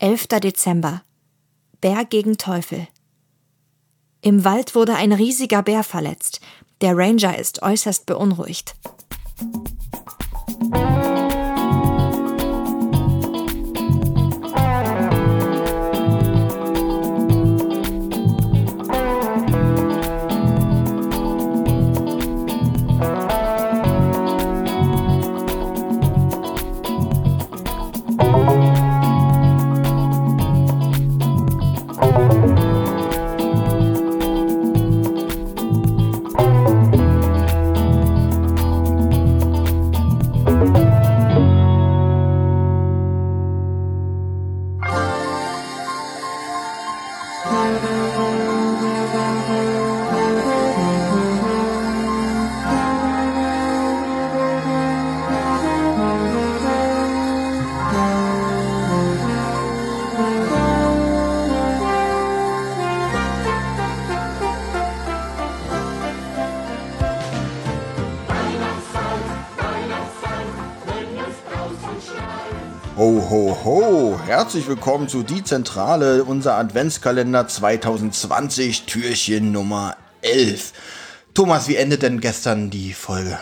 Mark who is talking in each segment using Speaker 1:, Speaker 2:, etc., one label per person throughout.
Speaker 1: 11. Dezember. Bär gegen Teufel. Im Wald wurde ein riesiger Bär verletzt. Der Ranger ist äußerst beunruhigt.
Speaker 2: Ho, ho, ho! Herzlich willkommen zu Die Zentrale, unser Adventskalender 2020, Türchen Nummer 11. Thomas, wie endet denn gestern die Folge?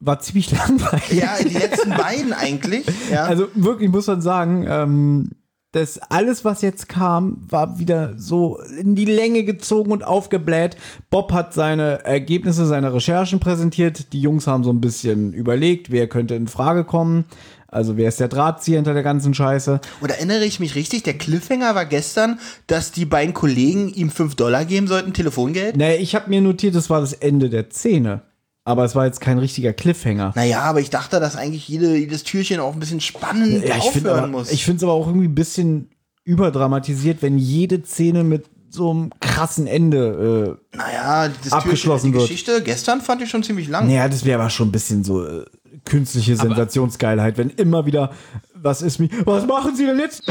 Speaker 3: War ziemlich langweilig.
Speaker 2: Ja, die letzten beiden eigentlich. Ja.
Speaker 3: Also wirklich muss man sagen, ähm, das alles, was jetzt kam, war wieder so in die Länge gezogen und aufgebläht. Bob hat seine Ergebnisse seiner Recherchen präsentiert. Die Jungs haben so ein bisschen überlegt, wer könnte in Frage kommen. Also wer ist der Drahtzieher hinter der ganzen Scheiße?
Speaker 2: Oder erinnere ich mich richtig, der Cliffhanger war gestern, dass die beiden Kollegen ihm 5 Dollar geben sollten, Telefongeld?
Speaker 3: Naja, ich habe mir notiert, das war das Ende der Szene. Aber es war jetzt kein richtiger Cliffhanger.
Speaker 2: Naja, aber ich dachte, dass eigentlich jede, jedes Türchen auch ein bisschen spannend
Speaker 3: Ja, ich finde
Speaker 2: aufhören
Speaker 3: aber,
Speaker 2: muss.
Speaker 3: ich find's aber auch irgendwie ein bisschen überdramatisiert, wenn jede Szene mit so einem krassen Ende. äh,
Speaker 2: naja, das Türchen,
Speaker 3: abgeschlossen
Speaker 2: die
Speaker 3: wird.
Speaker 2: Geschichte gestern fand ich schon ziemlich lang.
Speaker 3: Äh, naja, das wäre aber schon ein bisschen so äh, künstliche Sensationsgeilheit, wenn immer wieder, was ist mir, was machen Sie denn jetzt?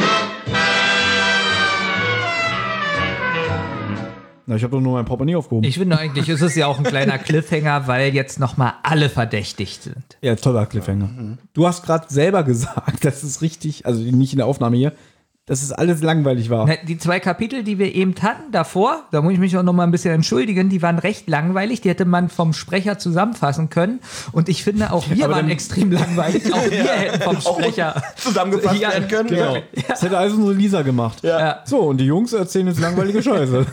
Speaker 3: Na, ich habe doch nur mein Portemonnaie aufgehoben.
Speaker 4: Ich finde eigentlich, ist es ja auch ein kleiner Cliffhanger, weil jetzt nochmal alle verdächtigt sind.
Speaker 3: ja, toller Cliffhanger. Du hast gerade selber gesagt, das ist richtig, also nicht in der Aufnahme hier, dass es alles langweilig war.
Speaker 4: Na, Die zwei Kapitel, die wir eben hatten davor, da muss ich mich auch noch mal ein bisschen entschuldigen, die waren recht langweilig, die hätte man vom Sprecher zusammenfassen können. Und ich finde, auch wir
Speaker 3: Aber
Speaker 4: waren
Speaker 3: dann-
Speaker 4: extrem langweilig, auch wir hätten vom Sprecher.
Speaker 2: Zusammengefasst
Speaker 4: Ja,
Speaker 2: werden können.
Speaker 3: Genau. Das hätte alles unsere Lisa gemacht.
Speaker 4: Ja.
Speaker 3: So, und die Jungs erzählen jetzt langweilige Scheiße.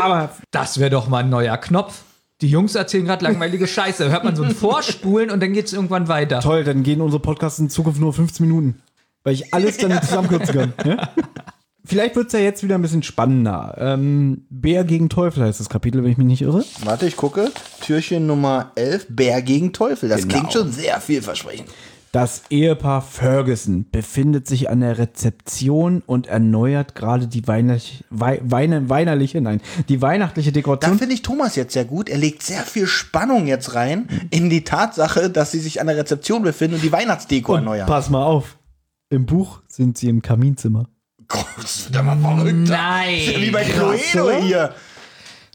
Speaker 3: Aber
Speaker 4: Das wäre doch mal ein neuer Knopf. Die Jungs erzählen gerade langweilige Scheiße. Hört man so ein Vorspulen und dann geht es irgendwann weiter.
Speaker 3: toll, dann gehen unsere Podcasts in Zukunft nur 15 Minuten. Weil ich alles dann zusammenkürzen kann. Ja? Vielleicht wird es ja jetzt wieder ein bisschen spannender. Ähm, Bär gegen Teufel heißt das Kapitel, wenn ich mich nicht irre.
Speaker 2: Warte, ich gucke. Türchen Nummer 11, Bär gegen Teufel. Das
Speaker 3: Genau.
Speaker 2: klingt schon sehr vielversprechend.
Speaker 3: Das Ehepaar Ferguson befindet sich an der Rezeption und erneuert gerade die weinlich, wei, weine, weinerliche, nein, die weihnachtliche
Speaker 2: Da
Speaker 3: Dekoration.
Speaker 2: finde ich Thomas jetzt sehr gut. Er legt sehr viel Spannung jetzt rein in die Tatsache, dass sie sich an der Rezeption befinden und die Weihnachtsdeko
Speaker 3: und
Speaker 2: erneuern.
Speaker 3: pass mal auf, im Buch sind sie im Kaminzimmer.
Speaker 2: Gott, das wird aber verrückter.
Speaker 4: Nein.
Speaker 2: Wie bei Cluedo
Speaker 3: oder?
Speaker 2: hier.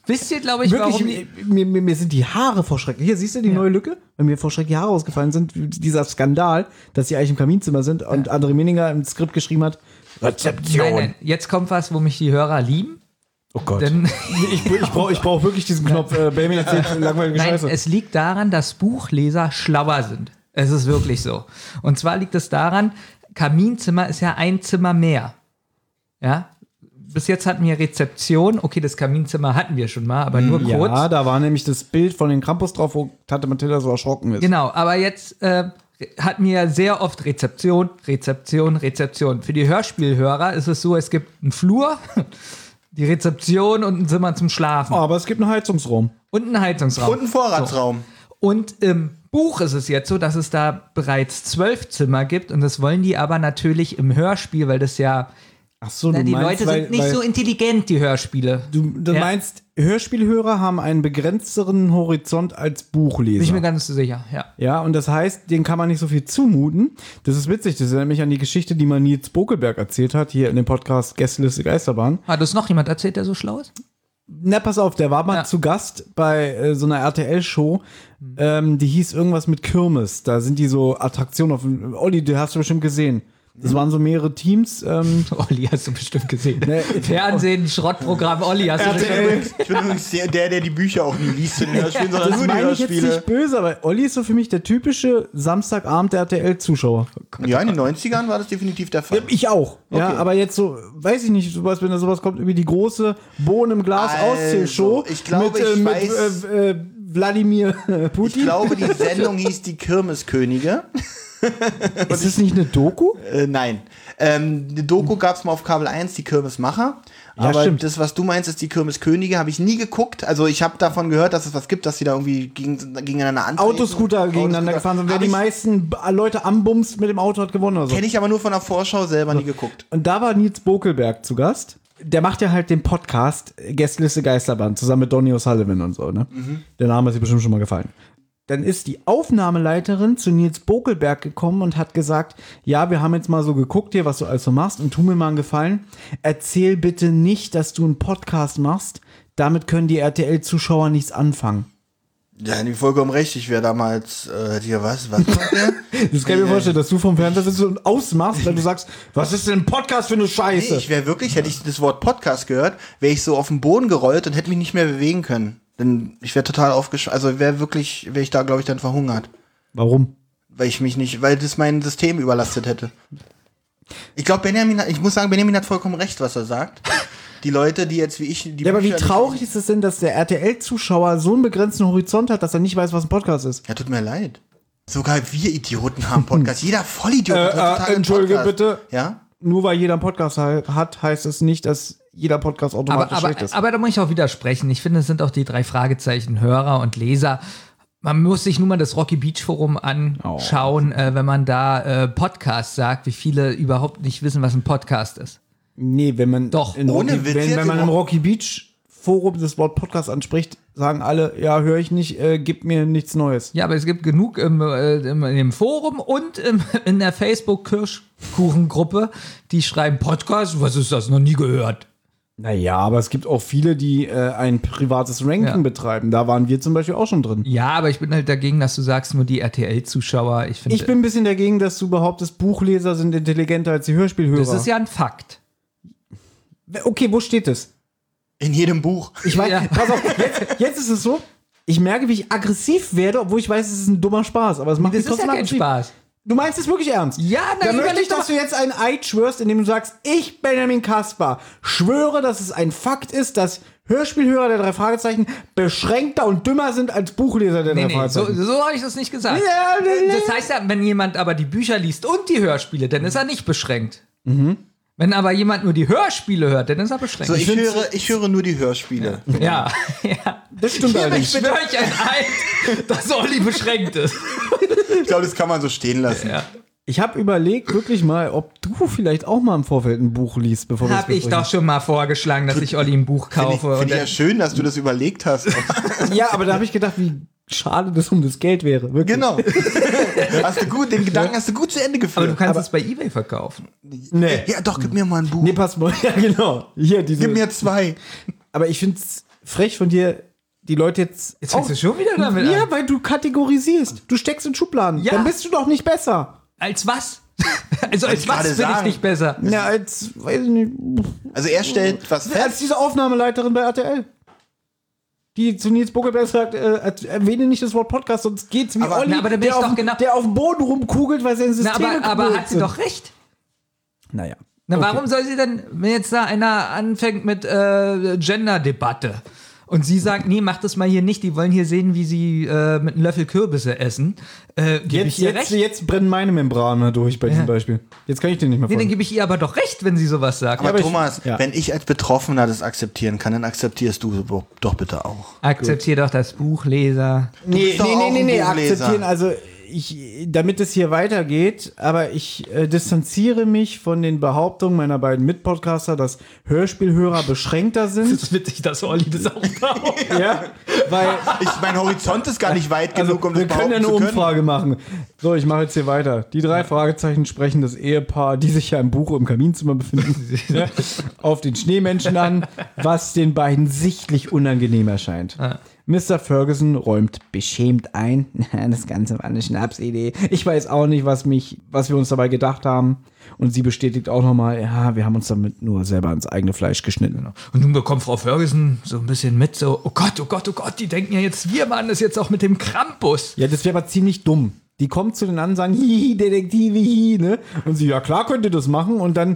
Speaker 4: Wisst ihr, glaube ich, warum die,
Speaker 3: Wirklich, mir, mir, mir sind die Haare vor Schreck. Hier, siehst du die neue Lücke? Weil mir vor Schreck die Haare ausgefallen sind. Dieser Skandal, dass sie eigentlich im Kaminzimmer sind und André Meninger im Skript geschrieben hat, Rezeption.
Speaker 4: Nein, nein, jetzt kommt was, wo mich die Hörer lieben.
Speaker 3: Oh Gott.
Speaker 4: Denn
Speaker 3: ich ich brauche ich brauch wirklich diesen Knopf. Äh, Benjamin erzählt langweilige
Speaker 4: nein,
Speaker 3: Scheiße.
Speaker 4: es liegt daran, dass Buchleser schlauer sind. Es ist wirklich so. Und zwar liegt es daran, Kaminzimmer ist ja ein Zimmer mehr. Ja? Bis jetzt hatten wir Rezeption. Okay, das Kaminzimmer hatten wir schon mal, aber nur kurz.
Speaker 3: Ja, da war nämlich das Bild von den Krampus drauf, wo Tante Mathilda so erschrocken ist.
Speaker 4: Genau, aber jetzt äh, hat mir sehr oft Rezeption, Rezeption, Rezeption. Für die Hörspielhörer ist es so, es gibt einen Flur, die Rezeption und ein Zimmer zum Schlafen
Speaker 3: Oh, Aber es gibt einen Heizungsraum.
Speaker 4: und einen Heizungsraum.
Speaker 2: Und ein Vorratsraum.
Speaker 4: Und im Buch ist es jetzt so, dass es da bereits zwölf Zimmer gibt und das wollen die aber natürlich im Hörspiel, weil das ja,
Speaker 3: Ach so,
Speaker 4: na,
Speaker 3: du
Speaker 4: die
Speaker 3: meinst,
Speaker 4: Leute
Speaker 3: weil,
Speaker 4: sind nicht
Speaker 3: weil
Speaker 4: so intelligent, die Hörspiele.
Speaker 3: Du, du
Speaker 4: Ja.
Speaker 3: meinst, Hörspielhörer haben einen begrenzteren Horizont als Buchleser.
Speaker 4: Bin ich mir ganz sicher, ja.
Speaker 3: Ja, und das heißt, den kann man nicht so viel zumuten. Das ist witzig, das erinnert mich an die Geschichte, die man Nils Bokelberg erzählt hat, hier in dem Podcast Gästeliste Geisterbahn.
Speaker 4: Hat das noch jemand erzählt, der so schlau ist?
Speaker 3: Na, pass auf, der war mal
Speaker 4: Ja.
Speaker 3: zu Gast bei äh, so einer RTL-Show, ähm, die hieß irgendwas mit Kirmes. Da sind die so Attraktionen auf dem. Olli, du hast du bestimmt gesehen. Das waren so mehrere Teams. Ähm, Ne,
Speaker 4: Olli hast du bestimmt gesehen. Fernsehen, Schrottprogramm, Olli hast du bestimmt
Speaker 2: übrigens- ich bin übrigens der, der, der die Bücher auch nie liest in den Hörspielen, sondern
Speaker 3: das
Speaker 2: nur die
Speaker 3: meine ich jetzt
Speaker 2: Hörspiele.
Speaker 3: nicht böse, aber Olli ist so für mich der typische Samstagabend der RTL-Zuschauer.
Speaker 2: Ja, in den 90ern war das definitiv der Fall.
Speaker 3: Ich auch. Ja, aber jetzt so, weiß ich nicht, sowas, wenn da sowas kommt, irgendwie die große Bohnen im Glas
Speaker 2: Also,
Speaker 3: Auszählshow
Speaker 2: ich glaube,
Speaker 3: mit, äh,
Speaker 2: ich
Speaker 3: mit
Speaker 2: weiß-
Speaker 3: äh, äh, Wladimir Putin.
Speaker 2: Ich glaube, die Sendung hieß Die Kirmeskönige.
Speaker 3: ist das nicht eine Doku?
Speaker 2: Äh, nein. Ähm, die Doku gab es mal auf Kabel 1, die Kirmesmacher. aber
Speaker 3: stimmt.
Speaker 2: das, was du meinst, ist die Kirmeskönige, habe ich nie geguckt. Also ich habe davon gehört, dass es was gibt, dass die da irgendwie gegen, gegeneinander antreten.
Speaker 3: Autoscooter gegeneinander gefahren sind. Wer die
Speaker 2: meisten.
Speaker 3: meisten B- Leute anbumst mit dem Auto hat gewonnen oder so.
Speaker 2: Kenne ich aber nur von der Vorschau selber nie geguckt.
Speaker 3: Und da war Nils Bokelberg zu Gast. Der macht ja halt den Podcast Gästeliste Geisterbahn zusammen mit Donny O'Sullivan und so, ne?
Speaker 2: Mhm.
Speaker 3: Der Name ist dir bestimmt schon mal gefallen. Dann ist die Aufnahmeleiterin zu Nils Bokelberg gekommen und hat gesagt, ja, wir haben jetzt mal so geguckt hier, was du also machst und tu mir mal einen Gefallen. Erzähl bitte nicht, dass du einen Podcast machst. Damit können die RTL-Zuschauer nichts anfangen.
Speaker 2: Ja, die vollkommen recht. Ich wäre damals äh, dir was? Was war der?
Speaker 3: Das kann ich mir vorstellen, dass du vom Fernseher sitzt und ausmachst, wenn du sagst, was ist denn ein Podcast für eine
Speaker 2: Nee,
Speaker 3: Scheiße?
Speaker 2: ich wäre wirklich, hätte ich das Wort Podcast gehört, wäre ich so auf den Boden gerollt und hätte mich nicht mehr bewegen können. Denn ich wäre total aufgeschmissen. Also wäre wirklich, wäre ich da, glaube ich, dann verhungert.
Speaker 3: Warum?
Speaker 2: weil ich mich nicht, weil das mein System überlastet hätte. Ich glaube, Benjamin, hat- ich muss sagen, Benjamin hat vollkommen recht, was er sagt. Die Leute, die jetzt wie ich, die
Speaker 3: Ja, aber wie
Speaker 2: Bücher nicht-
Speaker 3: traurig ist es denn, dass der RTL-Zuschauer so einen begrenzten Horizont hat, dass er nicht weiß, was ein Podcast ist?
Speaker 2: Ja, tut mir leid. Sogar wir Idioten haben Podcast. Jeder Vollidiot hat
Speaker 3: Äh, äh,
Speaker 2: heutzutage einen
Speaker 3: entschuldige
Speaker 2: Podcast.
Speaker 3: bitte.
Speaker 2: Ja?
Speaker 3: Nur weil jeder einen Podcast he- hat, heißt es nicht, dass jeder Podcast
Speaker 4: aber,
Speaker 3: automatisch
Speaker 4: aber,
Speaker 3: schlecht ist.
Speaker 4: aber da muss ich auch widersprechen. Ich finde, es sind auch die drei Fragezeichen Hörer und Leser. Man muss sich nur mal das Rocky Beach Forum anschauen, äh, wenn man da äh, Podcast sagt, wie viele überhaupt nicht wissen, was ein Podcast ist.
Speaker 3: nee, wenn man
Speaker 4: Doch,
Speaker 3: in
Speaker 2: ohne
Speaker 3: Rocky,
Speaker 2: Witz
Speaker 3: wenn,
Speaker 2: jetzt
Speaker 3: wenn man im
Speaker 2: überhaupt-
Speaker 3: Rocky Beach Forum das Wort Podcast anspricht, sagen alle, ja, höre ich nicht, äh, gib mir nichts Neues.
Speaker 4: Ja, aber es gibt genug im, äh, im, im Forum und im, in der Facebook-Kirschkuchengruppe, die schreiben Podcast, was ist das, noch nie gehört.
Speaker 3: Naja, aber es gibt auch viele, die äh, ein privates Ranking
Speaker 4: Ja.
Speaker 3: betreiben. Da waren wir zum Beispiel auch schon drin.
Speaker 4: Ja, aber ich bin halt dagegen, dass du sagst, nur die RTL-Zuschauer. Ich finde,
Speaker 3: Ich bin ein bisschen dagegen, dass du behauptest, Buchleser sind intelligenter als die Hörspielhörer.
Speaker 4: das ist ja ein Fakt.
Speaker 3: okay, wo steht es?
Speaker 2: In jedem Buch.
Speaker 3: Ich weiß,
Speaker 4: Ja.
Speaker 3: pass auf, jetzt, jetzt ist es so, ich merke, wie ich aggressiv werde, obwohl ich weiß, es ist ein dummer Spaß, aber es macht mich
Speaker 4: Das ist ja
Speaker 3: trotzdem
Speaker 4: kein
Speaker 3: aggressiv.
Speaker 4: Spaß.
Speaker 3: Du meinst es wirklich ernst?
Speaker 4: Ja, na,
Speaker 3: na, Dann möchte
Speaker 4: überleg
Speaker 3: ich,
Speaker 4: doch
Speaker 3: dass du jetzt ein Eid schwörst, indem du sagst, ich, Benjamin Kaspar, schwöre, dass es ein Fakt ist, dass Hörspielhörer der drei Fragezeichen beschränkter und dümmer sind als Buchleser der drei
Speaker 4: Nee, nee, so,
Speaker 3: Fragezeichen.
Speaker 4: so habe ich das nicht gesagt.
Speaker 3: Ja, nee, nee.
Speaker 4: Das heißt ja, wenn jemand aber die Bücher liest und die Hörspiele, dann ist er nicht beschränkt.
Speaker 3: Mhm.
Speaker 4: Wenn aber jemand nur die Hörspiele hört, dann ist er beschränkt.
Speaker 2: So, ich, höre, ich höre nur die Hörspiele.
Speaker 4: ja, ja.
Speaker 3: Das stimmt
Speaker 4: Ich
Speaker 3: allerdings.
Speaker 4: schwöre euch ein Eid, dass Olli beschränkt ist.
Speaker 2: Ich glaube, das kann man so stehen lassen.
Speaker 3: Ich habe überlegt wirklich mal, ob du vielleicht auch mal im Vorfeld ein Buch liest, bevor du das
Speaker 4: Habe ich
Speaker 3: Gespräch
Speaker 4: doch schon mal vorgeschlagen, dass ich Olli ein Buch
Speaker 2: Finde ich,
Speaker 3: äh,
Speaker 4: kaufe.
Speaker 2: find ich ja
Speaker 4: und
Speaker 2: schön, dass du das überlegt hast.
Speaker 3: Ja, aber da habe ich gedacht, wie schade das um das Geld wäre. Wirklich.
Speaker 2: genau. hast du gut, den Gedanken hast du gut zu Ende
Speaker 4: dann, aber du
Speaker 2: geführt.
Speaker 4: kannst es bei Ebay verkaufen.
Speaker 3: Nee.
Speaker 2: Ja, doch, gib mir mal ein Buch.
Speaker 3: Nee, pass mal. Ja, genau. Hier, diese.
Speaker 2: Gib mir zwei.
Speaker 3: aber ich find's frech von dir, die Leute jetzt.
Speaker 4: Jetzt fängst du schon wieder damit
Speaker 3: Ja,
Speaker 4: an.
Speaker 3: Oh, weil du kategorisierst. Du steckst in Schubladen.
Speaker 4: Ja.
Speaker 3: Dann bist du doch nicht besser.
Speaker 4: Als was? Also als
Speaker 2: ich
Speaker 4: was
Speaker 2: gerade
Speaker 4: bin ich
Speaker 2: sagen.
Speaker 4: nicht besser?
Speaker 3: Ja, als, weiß ich nicht,
Speaker 2: Also er stellt was
Speaker 3: als
Speaker 2: fest.
Speaker 3: diese Aufnahmeleiterin bei RTL. Die zu Nils Buckelberg sagt, äh, er- erwähne nicht das Wort Podcast, sonst geht's wie
Speaker 2: Aber-
Speaker 3: Olli,
Speaker 4: Na, aber dann bin
Speaker 3: der,
Speaker 4: ich doch
Speaker 3: auf,
Speaker 4: genau-
Speaker 3: der auf dem Boden rumkugelt, weil sein
Speaker 4: Na,
Speaker 3: System
Speaker 4: aber, aber hat sie doch recht.
Speaker 3: Naja.
Speaker 4: Na, warum soll sie denn, wenn jetzt da einer anfängt mit äh, Gender-Debatte und sie sagt, nee, mach das mal hier nicht, die wollen hier sehen, wie sie äh, mit einem Löffel Kürbisse essen, äh, gebe
Speaker 3: Jetzt,
Speaker 4: ich ihr
Speaker 3: jetzt,
Speaker 4: recht.
Speaker 3: jetzt brennen meine Membrane durch bei diesem Beispiel. Jetzt kann ich dir nicht mehr
Speaker 4: Nee, dann
Speaker 3: folgen.
Speaker 4: gebe ich ihr aber doch recht, wenn sie sowas sagt.
Speaker 2: Aber,
Speaker 3: aber ich-
Speaker 2: Thomas,
Speaker 3: ja.
Speaker 2: wenn ich als Betroffener das akzeptieren kann, dann akzeptierst du bo- doch bitte auch.
Speaker 4: Akzeptier doch das Buchleser.
Speaker 3: Nee,
Speaker 2: bist doch
Speaker 3: nee, nee,
Speaker 2: auch
Speaker 3: nee,
Speaker 2: ein
Speaker 3: nee,
Speaker 2: Buchleser.
Speaker 3: akzeptieren. Also ich, damit es hier weitergeht, aber ich äh, distanziere mich von den Behauptungen meiner beiden Mitpodcaster, dass Hörspielhörer beschränkter
Speaker 4: Es
Speaker 3: sind.
Speaker 4: ist witzig, dass Olli das auch braucht.
Speaker 3: ja, weil
Speaker 2: Ich, mein Horizont ist gar nicht weit
Speaker 3: also,
Speaker 2: genug, um
Speaker 3: wir
Speaker 2: das
Speaker 3: können ja eine
Speaker 2: behaupten zu können.
Speaker 3: Umfrage machen. So, ich mache jetzt hier weiter. Die drei Fragezeichen sprechen das Ehepaar, die sich ja im Buch im Kaminzimmer befinden, ja, auf den Schneemenschen an, was den beiden sichtlich unangenehm erscheint. Mr. Ferguson räumt beschämt ein. Das Ganze war eine Schnapsidee. Ich weiß auch nicht, was mich, was wir uns dabei gedacht haben. Und sie bestätigt auch nochmal, ja, wir haben uns damit nur selber ins eigene Fleisch geschnitten.
Speaker 4: Und nun bekommt Frau Ferguson so ein bisschen mit, so, oh Gott, oh Gott, oh Gott, die denken ja jetzt, wir machen das jetzt auch mit dem Krampus.
Speaker 3: Ja, das wäre aber ziemlich dumm. Die kommt zu den anderen und sagen, hihi, Detektive, hihi, ne? Und sie, ja klar könnt ihr das machen. Und dann,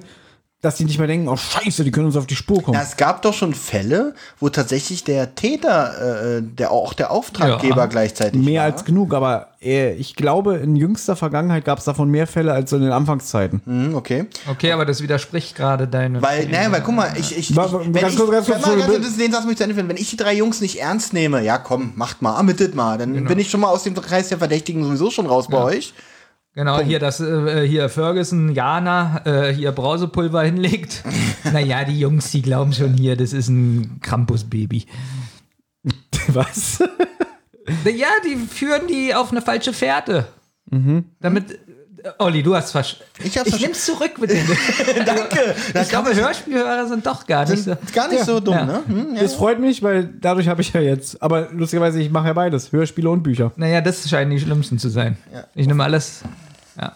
Speaker 3: dass die nicht mehr denken, oh scheiße, die können uns auf die Spur kommen.
Speaker 2: Ja, es gab doch schon Fälle, wo tatsächlich der Täter, äh, der auch der Auftraggeber
Speaker 4: Ja.
Speaker 2: gleichzeitig
Speaker 3: mehr
Speaker 2: war.
Speaker 3: als genug, aber äh, ich glaube, in jüngster Vergangenheit gab es davon mehr Fälle als in den Anfangszeiten.
Speaker 2: Hm, okay.
Speaker 4: Okay, aber das widerspricht gerade deine.
Speaker 2: Weil, naja, weil guck mal, ich, ich, ich
Speaker 3: Wa- wa-
Speaker 2: wenn
Speaker 3: ganz
Speaker 2: ich,
Speaker 3: kurz, ganz
Speaker 2: wenn mal,
Speaker 3: kurz,
Speaker 2: ganz
Speaker 3: Entschuldigung.
Speaker 2: kurz, den Satz muss ich zu Ende finden. Wenn ich die drei Jungs nicht ernst nehme, ja komm, macht mal, ermittelt mal, dann
Speaker 3: Genau.
Speaker 2: bin ich schon mal aus dem Kreis der Verdächtigen sowieso schon raus bei euch.
Speaker 4: Genau, hier das äh, hier Ferguson, Jana, äh, hier Brausepulver hinlegt. naja, die Jungs, die glauben schon hier, das ist ein Krampus-Baby.
Speaker 3: Was?
Speaker 4: Ja, die führen die auf eine falsche Fährte. Damit. äh, Olli, du hast versch.
Speaker 2: Ich hab's Mhm. versch-
Speaker 4: nehm's zurück mit dem. Danke. Ich glaube, Hörspielhörer sind doch gar nicht so.
Speaker 2: Gar nicht so dumm,
Speaker 4: Ja.
Speaker 2: ne? Hm, ja.
Speaker 3: Es freut mich, weil dadurch habe ich ja jetzt, aber lustigerweise, ich mache ja beides, Hörspiele und Bücher.
Speaker 4: Naja, das scheinen die schlimmsten zu sein. Ich nehme alles. Ja.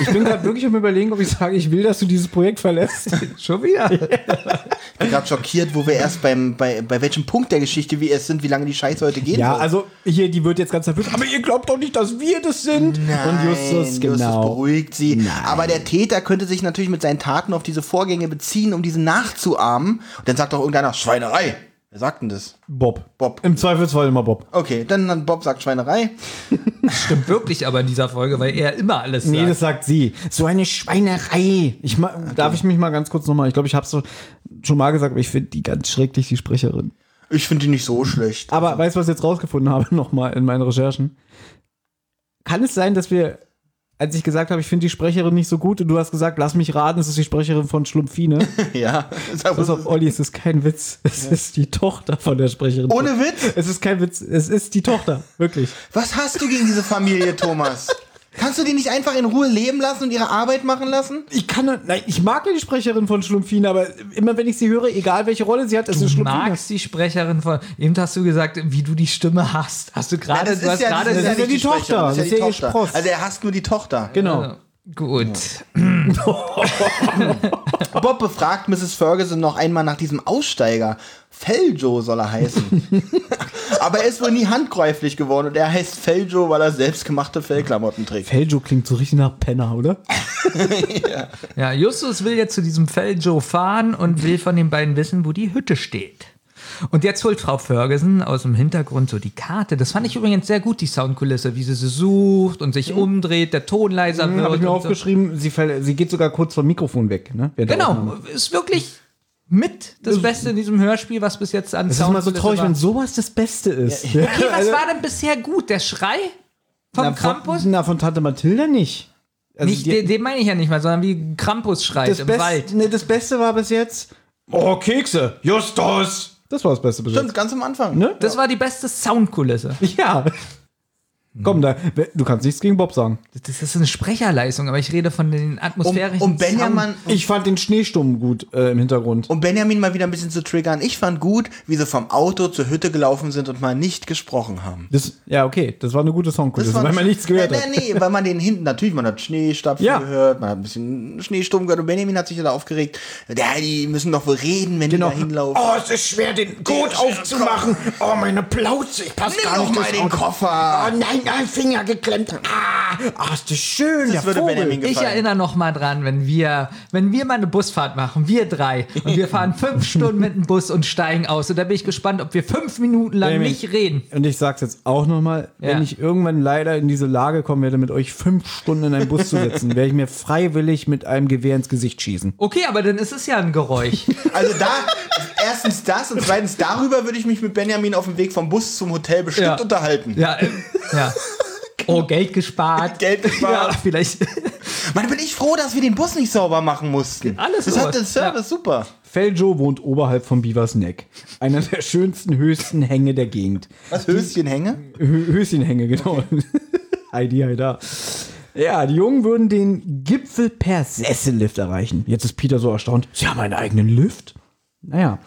Speaker 3: Ich bin gerade wirklich am überlegen, ob ich sage, ich will, dass du dieses Projekt verlässt.
Speaker 4: Schon wieder.
Speaker 2: Ich bin gerade schockiert, wo wir erst beim, bei, bei welchem Punkt der Geschichte wir erst sind, wie lange die Scheiße heute geht.
Speaker 3: Ja, also hier, die wird jetzt ganz nervös, aber ihr glaubt doch nicht, dass wir das sind.
Speaker 2: Nein,
Speaker 3: und Justus, genau.
Speaker 2: beruhigt sie. Aber der Täter könnte sich natürlich mit seinen Taten auf diese Vorgänge beziehen, um diese nachzuahmen. Und dann sagt doch irgendeiner, Schweinerei. Wer sagt denn das?
Speaker 3: Bob.
Speaker 2: Bob.
Speaker 3: Im Zweifelsfall immer Bob.
Speaker 2: Okay, dann, dann Bob sagt Schweinerei.
Speaker 4: Stimmt wirklich aber in dieser Folge, weil er immer alles
Speaker 3: Nee,
Speaker 4: sagt.
Speaker 3: das sagt sie. So eine Schweinerei. Ich ma Darf
Speaker 2: genau.
Speaker 3: ich mich mal ganz kurz nochmal, ich glaube, ich habe es so schon mal gesagt, aber ich finde die ganz schrecklich, die Sprecherin.
Speaker 2: Ich finde die nicht so schlecht.
Speaker 3: Aber weißt du, was ich jetzt rausgefunden habe nochmal in meinen Recherchen? Kann es sein, dass wir, als ich gesagt habe, ich finde die Sprecherin nicht so gut und du hast gesagt, lass mich raten, es ist die Sprecherin von Schlumpfine.
Speaker 2: Ja.
Speaker 3: Pass auf, Olli, es ist kein Witz. Es ist die Tochter von der Sprecherin.
Speaker 2: Ohne Witz.
Speaker 3: Es ist kein Witz. Es ist die Tochter. Wirklich.
Speaker 2: Was hast du gegen diese Familie, Thomas? Kannst du die nicht einfach in Ruhe leben lassen und ihre Arbeit machen lassen?
Speaker 3: Ich kann, doch- nein, ich mag ja die Sprecherin von Schlumpfine, aber immer wenn ich sie höre, egal welche Rolle sie hat, es ist
Speaker 4: Du
Speaker 3: Schlumpfine.
Speaker 4: magst die Sprecherin von. Eben hast du gesagt, wie du die Stimme hast. Hast du
Speaker 2: Nein,
Speaker 4: gerade.
Speaker 2: das
Speaker 4: Du hast
Speaker 2: ist ja-
Speaker 4: gerade.
Speaker 2: das ist ja
Speaker 3: die
Speaker 2: nicht
Speaker 3: Tochter.
Speaker 2: Sprecherin, Das ist ja die
Speaker 3: ihr Spross.
Speaker 2: Tochter. Also er hasst nur die Tochter.
Speaker 3: Genau.
Speaker 4: Gut.
Speaker 2: Bob befragt Mrs. Ferguson noch einmal nach diesem Aussteiger. Feljo soll er heißen. Aber er ist wohl nie handgreiflich geworden und er heißt Feljo, weil er selbstgemachte Fellklamotten trägt.
Speaker 3: Peljo klingt so richtig nach Penner, oder?
Speaker 4: Ja, Justus will jetzt zu diesem Fell Joe fahren und will von den beiden wissen, wo die Hütte steht. Und jetzt holt Frau Ferguson aus dem Hintergrund so die Karte. Das fand ich übrigens sehr gut, die Soundkulisse, wie sie sie sucht und sich umdreht, der Ton leiser wird.
Speaker 3: Habe Mhm. ich mir
Speaker 4: und so.
Speaker 3: aufgeschrieben, sie, fällt- sie geht sogar kurz vom Mikrofon weg. Ne? Während der Aufnahme.
Speaker 4: Genau, ist wirklich mit das Beste in diesem Hörspiel, was bis jetzt an
Speaker 3: Es ist immer so traurig,
Speaker 4: war.
Speaker 3: wenn sowas das Beste ist.
Speaker 4: Okay, was war denn bisher gut? Der Schrei vom
Speaker 3: Na,
Speaker 4: Krampus?
Speaker 3: Von, na, von Tante Mathilda nicht. Also
Speaker 4: nicht, den, den meine ich ja nicht mal, sondern wie Krampus schreit
Speaker 3: das,
Speaker 4: im
Speaker 3: Best,
Speaker 4: Wald.
Speaker 3: Ne, das Beste war bis jetzt. Oh, Kekse! Justus! Das war das Beste bis
Speaker 2: Stimmt,
Speaker 3: jetzt.
Speaker 2: ganz am Anfang.
Speaker 3: Ne?
Speaker 4: Das war die beste Soundkulisse.
Speaker 3: Ja. Komm, da, we- du kannst nichts gegen Bob sagen.
Speaker 4: Das ist eine Sprecherleistung, aber ich rede von den
Speaker 2: Um,
Speaker 4: atmosphärischen
Speaker 2: um, Benjamin,
Speaker 3: Ich fand den Schneesturm gut äh, im Hintergrund.
Speaker 2: um Benjamin mal wieder ein bisschen zu triggern, ich fand gut, wie sie vom Auto zur Hütte gelaufen sind und mal nicht gesprochen haben.
Speaker 3: Das, ja, okay, das war eine gute Songkulisse,
Speaker 2: war
Speaker 3: weil man nichts gehört
Speaker 2: nee,
Speaker 3: hat.
Speaker 2: Äh, Nee, nee, weil man den hinten, natürlich, man hat Schneestapfen
Speaker 3: Ja.
Speaker 2: gehört, man hat ein bisschen Schneesturm gehört und Benjamin hat sich ja da aufgeregt. Ja, die müssen doch wohl reden, wenn
Speaker 3: Genau.
Speaker 2: die da hinlaufen.
Speaker 3: es ist schwer, den Code aufzumachen. Oh, meine Plauze, ich passe
Speaker 2: Nimm doch mal den Koffer.
Speaker 3: Oh nein, nein, Finger geklemmt. Ah, ah ist das schön,
Speaker 2: Das würde Benjamin
Speaker 4: Ich
Speaker 2: gefallen.
Speaker 4: erinnere noch mal dran, wenn wir, wenn wir mal eine Busfahrt machen, wir drei, und wir fahren fünf Stunden mit dem Bus und steigen aus. Und da bin ich gespannt, ob wir fünf Minuten lang
Speaker 3: Benjamin.
Speaker 4: nicht reden.
Speaker 3: Und ich sag's jetzt auch nochmal, wenn
Speaker 4: Ja.
Speaker 3: ich irgendwann leider in diese Lage kommen werde, mit euch fünf Stunden in einen Bus zu setzen, werde ich mir freiwillig mit einem Gewehr ins Gesicht schießen.
Speaker 4: Okay, aber dann ist es ja ein Geräusch.
Speaker 2: Also da, erstens das und zweitens darüber würde ich mich mit Benjamin auf dem Weg vom Bus zum Hotel bestimmt
Speaker 4: Ja.
Speaker 2: unterhalten.
Speaker 4: ja, äh, ja. Oh, Geld gespart.
Speaker 2: Geld gespart.
Speaker 4: Ja, vielleicht.
Speaker 2: Mann, bin ich froh, dass wir den Bus nicht sauber machen mussten.
Speaker 4: Alles
Speaker 2: Das
Speaker 4: sowas.
Speaker 2: hat den Service super.
Speaker 3: Feljo wohnt oberhalb von Beavers Neck, einer der schönsten, höchsten Hänge der Gegend.
Speaker 2: Was? Höschenhänge?
Speaker 3: Hö Höschenhänge, genau. Heidi, Heida. Ja, die Jungen würden den Gipfel per Sessellift erreichen. Jetzt ist Peter so erstaunt. Sie haben einen eigenen Lift? Naja.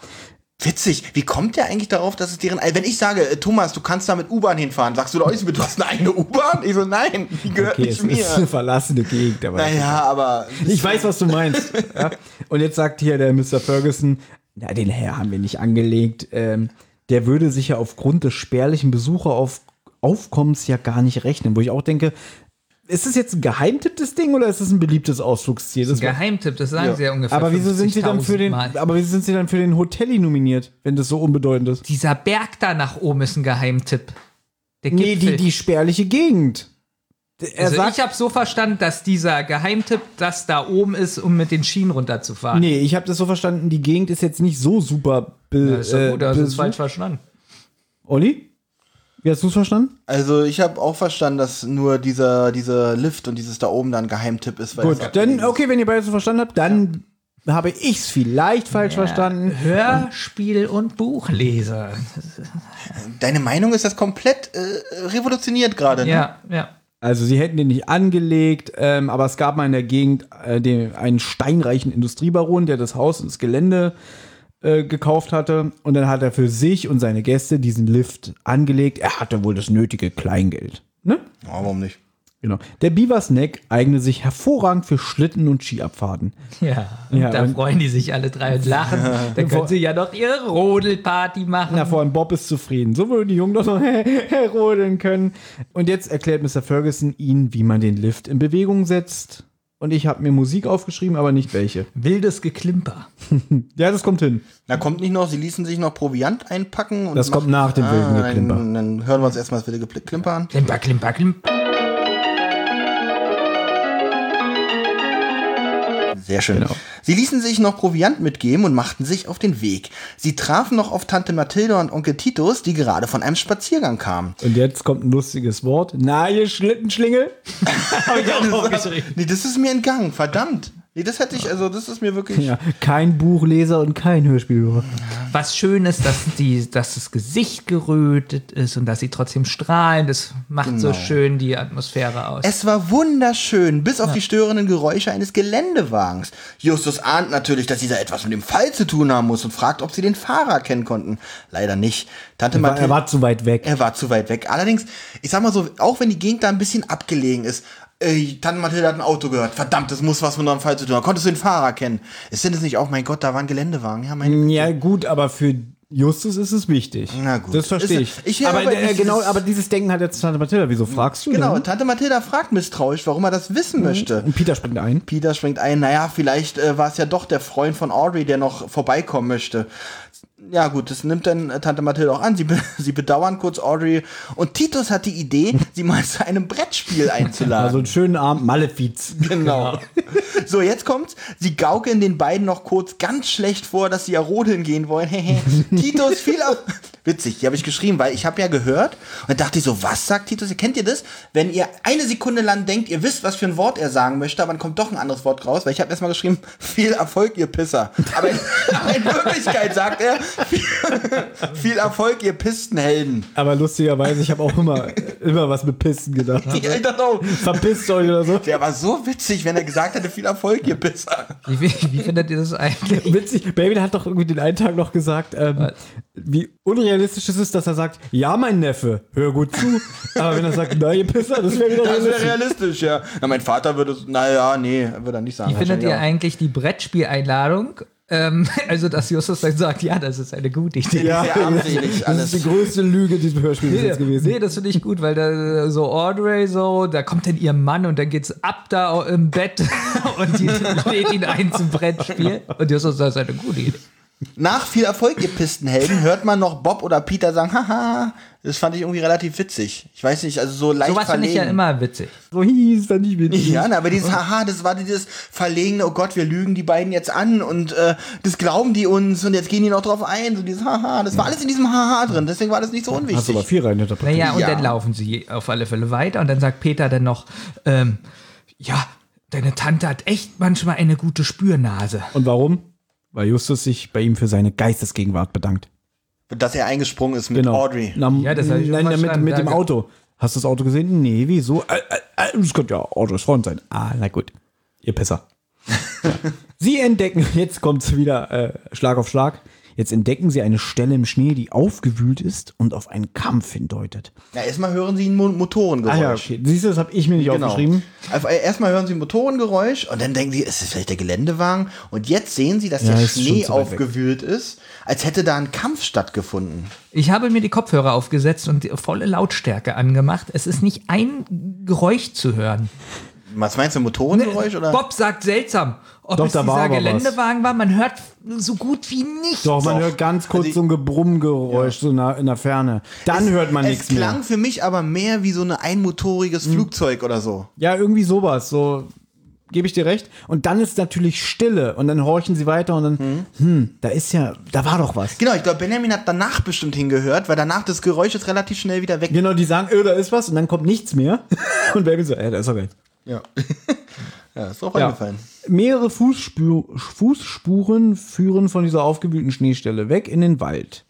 Speaker 2: Witzig, wie kommt der eigentlich darauf, dass es deren. Wenn ich sage, äh, Thomas, du kannst da mit U-Bahn hinfahren, sagst du doch, Elisabeth, du hast eine eigene U-Bahn? Ich so, nein, die gehört
Speaker 3: Okay, es
Speaker 2: nicht
Speaker 3: ist eine
Speaker 2: mir.
Speaker 3: verlassene Gegend, aber.
Speaker 2: Naja, aber
Speaker 3: Ich weiß, was du meinst. ja. Und jetzt sagt hier der Mr. Ferguson, na, den Herr haben wir nicht angelegt. Ähm, der würde sich ja aufgrund des spärlichen Besucheraufkommens ja gar nicht rechnen, wo ich auch denke, ist das jetzt ein Geheimtipp, das Ding, oder ist das ein beliebtes Ausflugsziel? Das
Speaker 4: Geheimtipp, das sagen sie ja ungefähr.
Speaker 3: aber wieso sind sie dann für den,
Speaker 4: 50.000 Mal.
Speaker 3: aber wieso sind sie dann für den Hotelli nominiert, wenn das so unbedeutend ist?
Speaker 4: Dieser Berg da nach oben ist ein Geheimtipp. Der
Speaker 3: Nee, die, die spärliche Gegend. Er
Speaker 4: also
Speaker 3: sagt,
Speaker 4: ich habe so verstanden, dass dieser Geheimtipp das da oben ist, um mit den Schienen runterzufahren.
Speaker 3: nee, ich habe das so verstanden, die Gegend ist jetzt nicht so super be,
Speaker 4: Das ist ja gut,
Speaker 3: äh,
Speaker 4: das ist
Speaker 3: besucht.
Speaker 4: falsch verstanden.
Speaker 3: Olli? Wie hast du es verstanden?
Speaker 2: Also ich habe auch verstanden, dass nur dieser, dieser Lift und dieses da oben dann Geheimtipp ist. Weil
Speaker 3: Gut,
Speaker 2: das-
Speaker 3: dann, okay, wenn ihr beide so verstanden habt, dann habe ich es vielleicht falsch verstanden.
Speaker 4: Hörspiel und Buchleser.
Speaker 2: Deine Meinung ist das komplett äh, revolutioniert gerade. Ne?
Speaker 4: Ja, ja.
Speaker 3: Also, sie hätten den nicht angelegt, ähm, aber es gab mal in der Gegend äh, den, einen steinreichen Industriebaron, der das Haus und das Gelände äh, gekauft hatte. Und dann hat er für sich und seine Gäste diesen Lift angelegt. Er hatte wohl das nötige Kleingeld. Ne?
Speaker 2: Ja, warum nicht?
Speaker 3: Genau. Der Beaversnack eigne sich hervorragend für Schlitten- und Skiabfahrten.
Speaker 4: Ja, und
Speaker 3: Ja,
Speaker 4: da
Speaker 3: und-
Speaker 4: freuen die sich alle drei und lachen. Da können sie ja noch ihre Rodelparty machen.
Speaker 3: Na, vor allem Bob ist zufrieden. So würden die Jungen doch noch rodeln können. Und jetzt erklärt Mr. Ferguson ihnen, wie man den Lift in Bewegung setzt. Und ich habe mir Musik aufgeschrieben, aber nicht welche.
Speaker 4: Wildes Geklimper.
Speaker 3: Ja, das kommt hin.
Speaker 2: Na kommt nicht noch, sie ließen sich noch Proviant einpacken. Und
Speaker 3: Das kommt nach dem
Speaker 2: Ah,
Speaker 3: wilden Geklimper.
Speaker 2: Dann, dann hören wir uns erstmal das wilde Geklimper an.
Speaker 4: Klimper, klimper, klimper.
Speaker 2: Sehr schön.
Speaker 3: Genau.
Speaker 2: Sie ließen sich noch Proviant mitgeben und machten sich auf den Weg. Sie trafen noch auf Tante Mathilda und Onkel Titus, die gerade von einem Spaziergang kamen.
Speaker 3: Und jetzt kommt ein lustiges Wort. Na, ihr Schlittenschlingel.
Speaker 4: Hab ich auch
Speaker 3: Oh,
Speaker 4: aufgeschrieben.
Speaker 2: Nee, das ist mir entgangen, verdammt. Nee, das hätte ich, also das ist mir wirklich.
Speaker 3: Ja, kein Buchleser und kein Hörspielhörer.
Speaker 4: Was schön ist, dass, die, dass das Gesicht gerötet ist und dass sie trotzdem strahlen. Das macht so schön die Atmosphäre aus.
Speaker 2: Es war wunderschön, bis auf die störenden Geräusche eines Geländewagens. Justus ahnt natürlich, dass dieser etwas mit dem Fall zu tun haben muss und fragt, ob sie den Fahrer kennen konnten. Leider nicht. Tante
Speaker 3: Er war- Er
Speaker 2: Mathilda.
Speaker 3: war zu weit weg.
Speaker 2: Er war zu weit weg. Allerdings, ich sag mal so, auch wenn die Gegend da ein bisschen abgelegen ist, äh, Tante Mathilda hat ein Auto gehört. Verdammt, das muss was mit einem Fall zu tun haben. Konntest du den Fahrer kennen? Ist denn das nicht auch, mein Gott, da war ein Geländewagen. Ja, mein
Speaker 3: Ja, gut, aber für Justus ist es wichtig.
Speaker 2: Na gut.
Speaker 3: Das verstehe ich.
Speaker 2: Ist- ich höre
Speaker 3: aber,
Speaker 2: aber
Speaker 3: äh,
Speaker 2: dieses-
Speaker 3: genau, aber dieses Denken hat jetzt Tante Mathilda. Wieso fragst du
Speaker 2: Genau,
Speaker 3: denn?
Speaker 2: Tante Mathilda fragt misstrauisch, warum er das
Speaker 3: Mhm.
Speaker 2: wissen möchte.
Speaker 3: Und Peter springt ein.
Speaker 2: Peter springt ein, naja, vielleicht äh, war es ja doch der Freund von Audrey, der noch vorbeikommen möchte. Ja gut, das nimmt dann äh, Tante Mathilde auch an. Sie, be sie bedauern kurz Audrey. Und Titus hat die Idee, sie mal zu einem Brettspiel einzuladen.
Speaker 3: Also einen schönen Abend Malefiz.
Speaker 2: Genau. So, jetzt kommt's. Sie gaukeln den beiden noch kurz ganz schlecht vor, dass sie ja rodeln gehen wollen. Hehe. Titus fiel auf. Witzig, hier habe ich geschrieben, weil ich habe ja gehört und dachte ich so, was sagt Titus? Kennt ihr das? Wenn ihr eine Sekunde lang denkt, ihr wisst, was für ein Wort er sagen möchte, aber dann kommt doch ein anderes Wort raus, weil ich habe erstmal geschrieben, viel Erfolg, ihr Pisser. Aber in, aber in Wirklichkeit sagt er, viel, viel Erfolg, ihr Pistenhelden.
Speaker 3: Aber lustigerweise, ich habe auch immer, immer was mit Pissen gedacht.
Speaker 2: Ich dachte auch,
Speaker 3: Verpisst euch oder so.
Speaker 2: der war so witzig, wenn er gesagt hätte, viel Erfolg, ihr Pisser.
Speaker 4: Wie, wie, wie findet ihr das eigentlich?
Speaker 3: Witzig, Baby hat doch irgendwie den einen Tag noch gesagt, ähm, wie unrealistisch es ist, dass er sagt, ja, mein Neffe, hör gut zu. Aber wenn er sagt, na, ihr Pisser, das wäre wieder
Speaker 2: Das wäre
Speaker 3: realistisch.
Speaker 2: realistisch, ja. Na, mein Vater würde, naja, nee, würde er nicht sagen.
Speaker 4: Wie findet ihr
Speaker 2: Wahrscheinlich
Speaker 4: eigentlich die Brettspieleinladung? Ähm, also, dass Justus dann sagt, ja, das ist eine gute Idee.
Speaker 2: Ja, sehr armselig
Speaker 3: das ist
Speaker 2: alles.
Speaker 3: die größte Lüge dieses Hörspiels
Speaker 4: Nee,
Speaker 3: jetzt gewesen.
Speaker 4: nee, das finde ich gut, weil da so Audrey so, da kommt dann ihr Mann und dann geht's ab da im Bett und die lädt ihn ein zum Brettspiel. Und Justus sagt, das ist eine gute Idee.
Speaker 2: auch. Nach viel Erfolg, ihr Pistenhelden, hört man noch Bob oder Peter sagen, haha. Das fand ich irgendwie relativ witzig. Ich weiß nicht, also so leicht
Speaker 4: Sowas finde
Speaker 2: verlegen.
Speaker 4: ich ja immer witzig.
Speaker 3: So hieß dann nicht mit.
Speaker 2: Ja, na, aber dieses Haha, das war dieses verlegene, oh Gott, wir lügen die beiden jetzt an und äh, das glauben die uns und jetzt gehen die noch drauf ein. So dieses Haha, das war alles in diesem Haha drin, deswegen war das nicht so
Speaker 3: Hast du aber
Speaker 2: unwichtig.
Speaker 3: viel reininterpretiert.
Speaker 4: Naja, und
Speaker 2: Ja.
Speaker 4: dann laufen sie auf alle Fälle weiter und dann sagt Peter dann noch, ähm, ja, deine Tante hat echt manchmal eine gute Spürnase.
Speaker 3: Und warum? Weil Justus sich bei ihm für seine Geistesgegenwart bedankt.
Speaker 2: Dass er eingesprungen ist mit
Speaker 3: Genau.
Speaker 2: Audrey.
Speaker 3: Na,
Speaker 4: Ja, das hab ich
Speaker 3: nein,
Speaker 4: auch
Speaker 3: damit,
Speaker 4: verstanden.
Speaker 3: mit dem
Speaker 4: Danke.
Speaker 3: Auto. Hast du das Auto gesehen? Nee, wieso? Äh, äh, äh, das könnte ja Autos Freund sein. Ah, na gut. Ihr Pisser. ja. Sie entdecken, jetzt kommt es wieder äh, Schlag auf Schlag. Jetzt entdecken sie eine Stelle im Schnee, die aufgewühlt ist und auf einen Kampf hindeutet.
Speaker 2: Na, erstmal hören sie ein Mo- Motorengeräusch.
Speaker 3: Siehst du, das habe ich mir nicht aufgeschrieben.
Speaker 2: Einfach- Genau. äh, Erstmal hören sie ein Motorengeräusch und dann denken sie, ist es vielleicht der Geländewagen? Und jetzt sehen sie, dass
Speaker 3: Ja,
Speaker 2: der
Speaker 3: ist schon
Speaker 2: Schnee
Speaker 3: zu weit weg.
Speaker 2: aufgewühlt ist, als hätte da ein Kampf stattgefunden.
Speaker 4: Ich habe mir die Kopfhörer aufgesetzt und die volle Lautstärke angemacht. Es ist nicht ein Geräusch zu hören.
Speaker 2: Was meinst du, Motorengeräusch? Oder?
Speaker 4: Bob sagt seltsam, ob
Speaker 3: Doch,
Speaker 4: es
Speaker 3: da war
Speaker 4: dieser
Speaker 3: aber was.
Speaker 4: Geländewagen war. Man hört so gut wie nichts.
Speaker 3: Doch, man hört ganz kurz so ein Gebrummgeräusch so nah- in der Ferne. Dann hört man
Speaker 2: Also es
Speaker 3: nichts
Speaker 2: klang
Speaker 3: mehr. Hm.
Speaker 2: für mich aber mehr wie so ein einmotoriges Flugzeug oder so.
Speaker 3: Ja, irgendwie sowas. So gebe ich dir recht. Und dann ist natürlich Stille und dann horchen sie weiter und dann, hm, da ist ja, da war doch was.
Speaker 2: Genau, ich glaube, Benjamin hat danach bestimmt hingehört, weil danach das Geräusch ist relativ schnell wieder weg.
Speaker 3: Genau, die sagen, öh, da ist was und dann kommt nichts mehr. Und Baby so, ey, da ist doch geil.
Speaker 2: Ja. ja, ist auch
Speaker 3: Ja.
Speaker 2: eingefallen.
Speaker 3: Mehrere Fußspü- Fußspuren führen von dieser aufgewühlten Schneestelle weg in den Wald.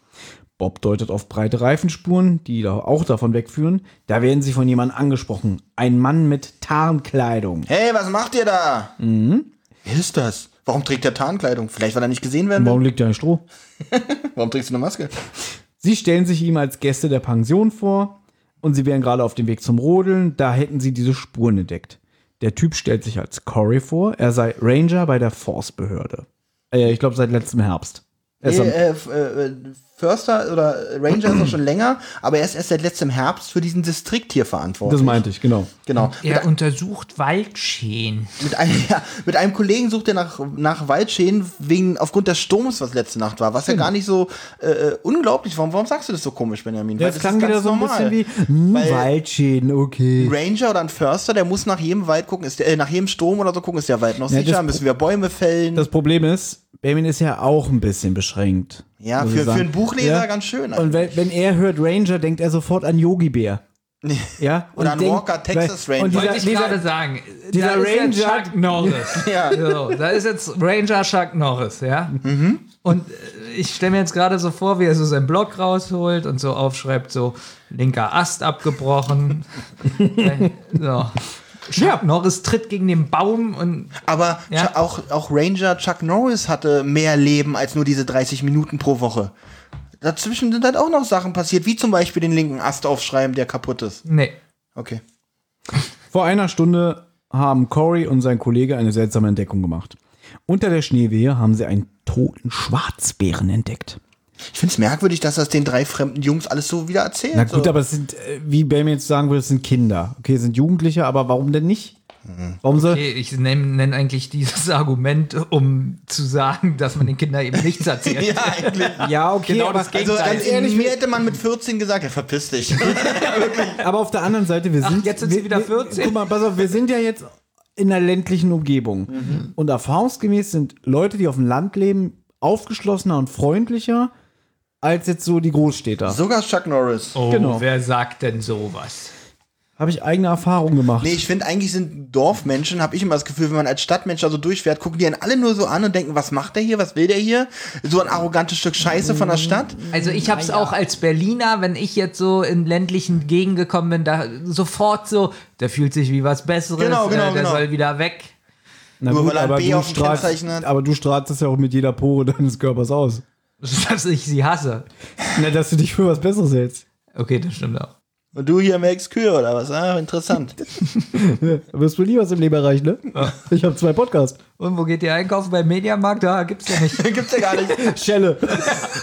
Speaker 3: Bob deutet auf breite Reifenspuren, die da auch davon wegführen. Da werden sie von jemandem angesprochen. Ein Mann mit Tarnkleidung.
Speaker 2: Hey, was macht ihr da? Mhm. Wer ist das? Warum trägt er Tarnkleidung? Vielleicht, weil er nicht gesehen werden will?
Speaker 3: Warum liegt da ein Stroh?
Speaker 2: Warum trägst du eine Maske?
Speaker 3: Sie stellen sich ihm als Gäste der Pension vor und sie wären gerade auf dem Weg zum Rodeln, da hätten sie diese Spuren entdeckt. Der Typ stellt sich als Corey vor, er sei Ranger bei der Forstbehörde. Äh, ich glaube seit letztem Herbst. Er ist
Speaker 2: Nee,
Speaker 3: am-
Speaker 2: äh, F- äh, äh, Förster oder Ranger ist doch schon länger, aber er ist erst seit letztem Herbst für diesen Distrikt hier verantwortlich.
Speaker 3: das meinte ich, genau.
Speaker 2: genau.
Speaker 4: Er untersucht Waldschäden.
Speaker 2: Mit einem, ja, mit einem Kollegen sucht er nach, nach Waldschäden wegen, aufgrund des Sturms, was letzte Nacht war, was ja gar nicht so äh, unglaublich war. Warum sagst du das so komisch, Benjamin? Weil
Speaker 3: Jetzt
Speaker 2: das
Speaker 3: klang
Speaker 2: ist ganz
Speaker 3: wieder so ein
Speaker 2: normal.
Speaker 3: bisschen wie hm, Waldschäden, okay.
Speaker 2: Ein Ranger oder ein Förster, der muss nach jedem Wald gucken, ist der, äh, nach jedem Sturm oder so gucken, ist der Wald noch
Speaker 3: Ja,
Speaker 2: sicher,
Speaker 3: das-
Speaker 2: müssen wir Bäume fällen.
Speaker 3: Das Problem ist, Benjamin ist ja auch ein bisschen beschränkt.
Speaker 2: ja,
Speaker 3: muss ich
Speaker 2: für, für
Speaker 3: sagen.
Speaker 2: einen Buchleser
Speaker 3: Ja.
Speaker 2: ganz schön.
Speaker 3: Und wenn, wenn er hört Ranger, denkt er sofort an Yogi Bär. Ja?
Speaker 2: Oder
Speaker 3: und
Speaker 2: an
Speaker 3: denkt-
Speaker 2: Walker, Texas
Speaker 3: weil-
Speaker 2: Ranger.
Speaker 3: Und
Speaker 4: Wollte
Speaker 3: dieser,
Speaker 4: ich
Speaker 3: dieser,
Speaker 4: gerade sagen. äh,
Speaker 3: dieser
Speaker 4: da ist jetzt
Speaker 3: Ranger-
Speaker 4: Chuck Norris.
Speaker 2: Ja.
Speaker 4: So, da ist jetzt Ranger Chuck Norris, ja.
Speaker 3: Mhm.
Speaker 4: Und äh, ich stelle mir jetzt gerade so vor, wie er so seinen Block rausholt und so aufschreibt, so linker Ast abgebrochen. Äh, so. Chuck Norris tritt gegen den Baum und
Speaker 2: Aber
Speaker 4: Ja.
Speaker 2: Chu- auch, auch Ranger Chuck Norris hatte mehr Leben als nur diese 30 Minuten pro Woche. Dazwischen sind halt auch noch Sachen passiert, wie zum Beispiel den linken Ast aufschreiben, der kaputt ist.
Speaker 4: nee.
Speaker 2: Okay.
Speaker 3: Vor einer Stunde haben Corey und sein Kollege eine seltsame Entdeckung gemacht. Unter der Schneewehe haben sie einen toten Schwarzbären entdeckt.
Speaker 2: Ich find's merkwürdig, dass das den drei fremden Jungs alles so wieder erzählt.
Speaker 3: Na gut,
Speaker 2: so.
Speaker 3: aber es sind, äh, wie Benjamin jetzt sagen würde, es sind Kinder. Okay, es sind Jugendliche, aber warum denn nicht? Warum soll.
Speaker 4: Okay, ich nenne nenn eigentlich dieses Argument, um zu sagen, dass man den Kindern eben nichts erzählt.
Speaker 2: ja, eigentlich.
Speaker 3: Ja, okay,
Speaker 4: Genau
Speaker 3: aber,
Speaker 4: das
Speaker 2: Also
Speaker 4: Gegenteil.
Speaker 2: ganz ehrlich, mir hätte man mit 14 gesagt, ja, verpiss dich.
Speaker 3: aber auf der anderen Seite, wir sind.
Speaker 4: jetzt sind sie
Speaker 3: wir-
Speaker 4: wieder
Speaker 3: wir-
Speaker 4: 14.
Speaker 3: Guck mal, pass auf, wir sind ja jetzt in einer ländlichen Umgebung. Und erfahrungsgemäß sind Leute, die auf dem Land leben, aufgeschlossener und freundlicher als jetzt so die Großstädter.
Speaker 2: Sogar Chuck Norris.
Speaker 4: Oh,
Speaker 3: Genau.
Speaker 4: wer sagt denn sowas?
Speaker 3: Habe ich eigene Erfahrungen gemacht.
Speaker 2: Nee, ich finde, eigentlich sind Dorfmenschen, habe ich immer das Gefühl, wenn man als Stadtmensch da so durchfährt, gucken die einen alle nur so an und denken, was macht der hier, was will der hier? So ein arrogantes Stück Scheiße von der Stadt.
Speaker 4: Also ich habe es auch als Berliner, wenn ich jetzt so in ländlichen Gegenden gekommen bin, da sofort so, der fühlt sich wie was Besseres,
Speaker 2: Genau, genau,
Speaker 4: äh, der
Speaker 2: genau.
Speaker 4: soll wieder weg.
Speaker 3: Na
Speaker 2: Nur weil er ein
Speaker 3: aber
Speaker 2: B
Speaker 3: du
Speaker 2: auf dem
Speaker 3: strahlst-
Speaker 2: Kennzeichen hat.
Speaker 3: Aber du strahlst das ja auch mit jeder Pore deines Körpers aus.
Speaker 4: Dass ich sie hasse.
Speaker 3: Na, dass du dich für was Besseres hältst.
Speaker 4: Okay, das stimmt auch.
Speaker 2: Und du hier melkst Kühe oder was? Ah, interessant.
Speaker 3: Da wirst du nie was im Leben erreichen, ne? Ich habe zwei Podcasts.
Speaker 4: Und wo geht ihr einkaufen? Beim Mediamarkt? Da gibt's ja nicht.
Speaker 2: Gibt's ja gar nicht.
Speaker 3: Schelle.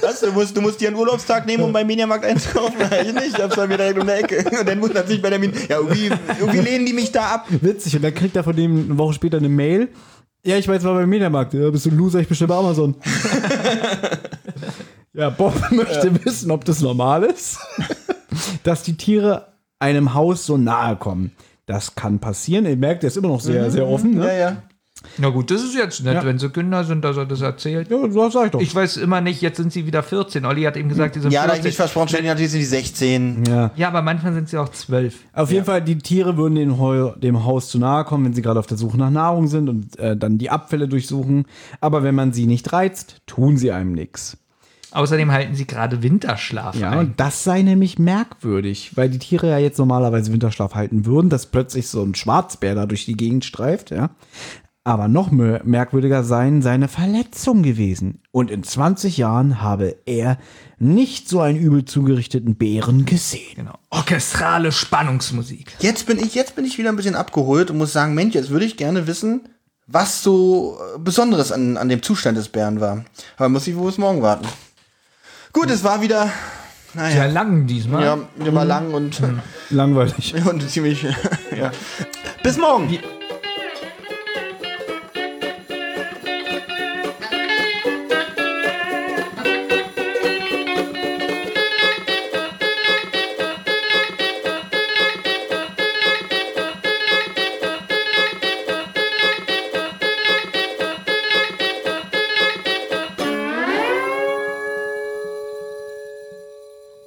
Speaker 2: Was, du, musst, du musst dir einen Urlaubstag nehmen, um beim Mediamarkt einzukaufen. Nein, ich nicht. Ich hab's bei mir direkt um die Ecke. Und dann wundert sich Benjamin, ja, irgendwie, irgendwie lehnen die mich da ab.
Speaker 3: Witzig. Und dann kriegt er von dem eine Woche später eine Mail. Ja, ich war jetzt mal beim Mediamarkt. Ja, bist du ein Loser? Ich bestelle bei Amazon. ja, Bob möchte wissen, ob das normal ist, dass die Tiere einem Haus so nahe kommen. Das kann passieren. Ihr merkt, der ist immer noch sehr, sehr offen. Ne?
Speaker 2: Mhm. Ja, ja.
Speaker 4: Na gut, das ist jetzt nett,
Speaker 3: Ja.
Speaker 4: wenn sie Kinder sind, dass er das erzählt.
Speaker 3: Ja, das sag ich doch.
Speaker 4: Ich weiß immer nicht, jetzt sind sie wieder 14. Olli hat eben gesagt, die sind
Speaker 2: Ja, da hab ich
Speaker 4: 14.
Speaker 2: mich versprochen, stellen die natürlich sind die 16.
Speaker 3: ja.
Speaker 4: ja, aber manchmal sind sie auch 12.
Speaker 3: Auf jeden Fall, die Tiere würden dem, Heu, dem Haus zu nahe kommen, wenn sie gerade auf der Suche nach Nahrung sind und äh, dann die Abfälle durchsuchen. Aber wenn man sie nicht reizt, tun sie einem nichts.
Speaker 4: Außerdem halten sie gerade Winterschlaf
Speaker 3: Ja,
Speaker 4: ein.
Speaker 3: und das sei nämlich merkwürdig, weil die Tiere ja jetzt normalerweise Winterschlaf halten würden, dass plötzlich so ein Schwarzbär da durch die Gegend streift, ja. Aber noch mer- merkwürdiger seien seine Verletzungen gewesen. Und in 20 Jahren habe er nicht so einen übel zugerichteten Bären gesehen.
Speaker 4: Genau. Orchestrale Spannungsmusik.
Speaker 2: Jetzt bin ich, jetzt bin ich wieder ein bisschen abgeholt und muss sagen, Mensch, jetzt würde ich gerne wissen, was so äh, Besonderes an, an dem Zustand des Bären war. Aber muss ich wohl bis morgen warten. Gut, es war wieder, Mhm.
Speaker 4: Sehr
Speaker 2: naja,
Speaker 4: lang diesmal.
Speaker 2: Ah, ja, der war lang und,
Speaker 3: Langweilig.
Speaker 2: und ziemlich, ja. Bis morgen!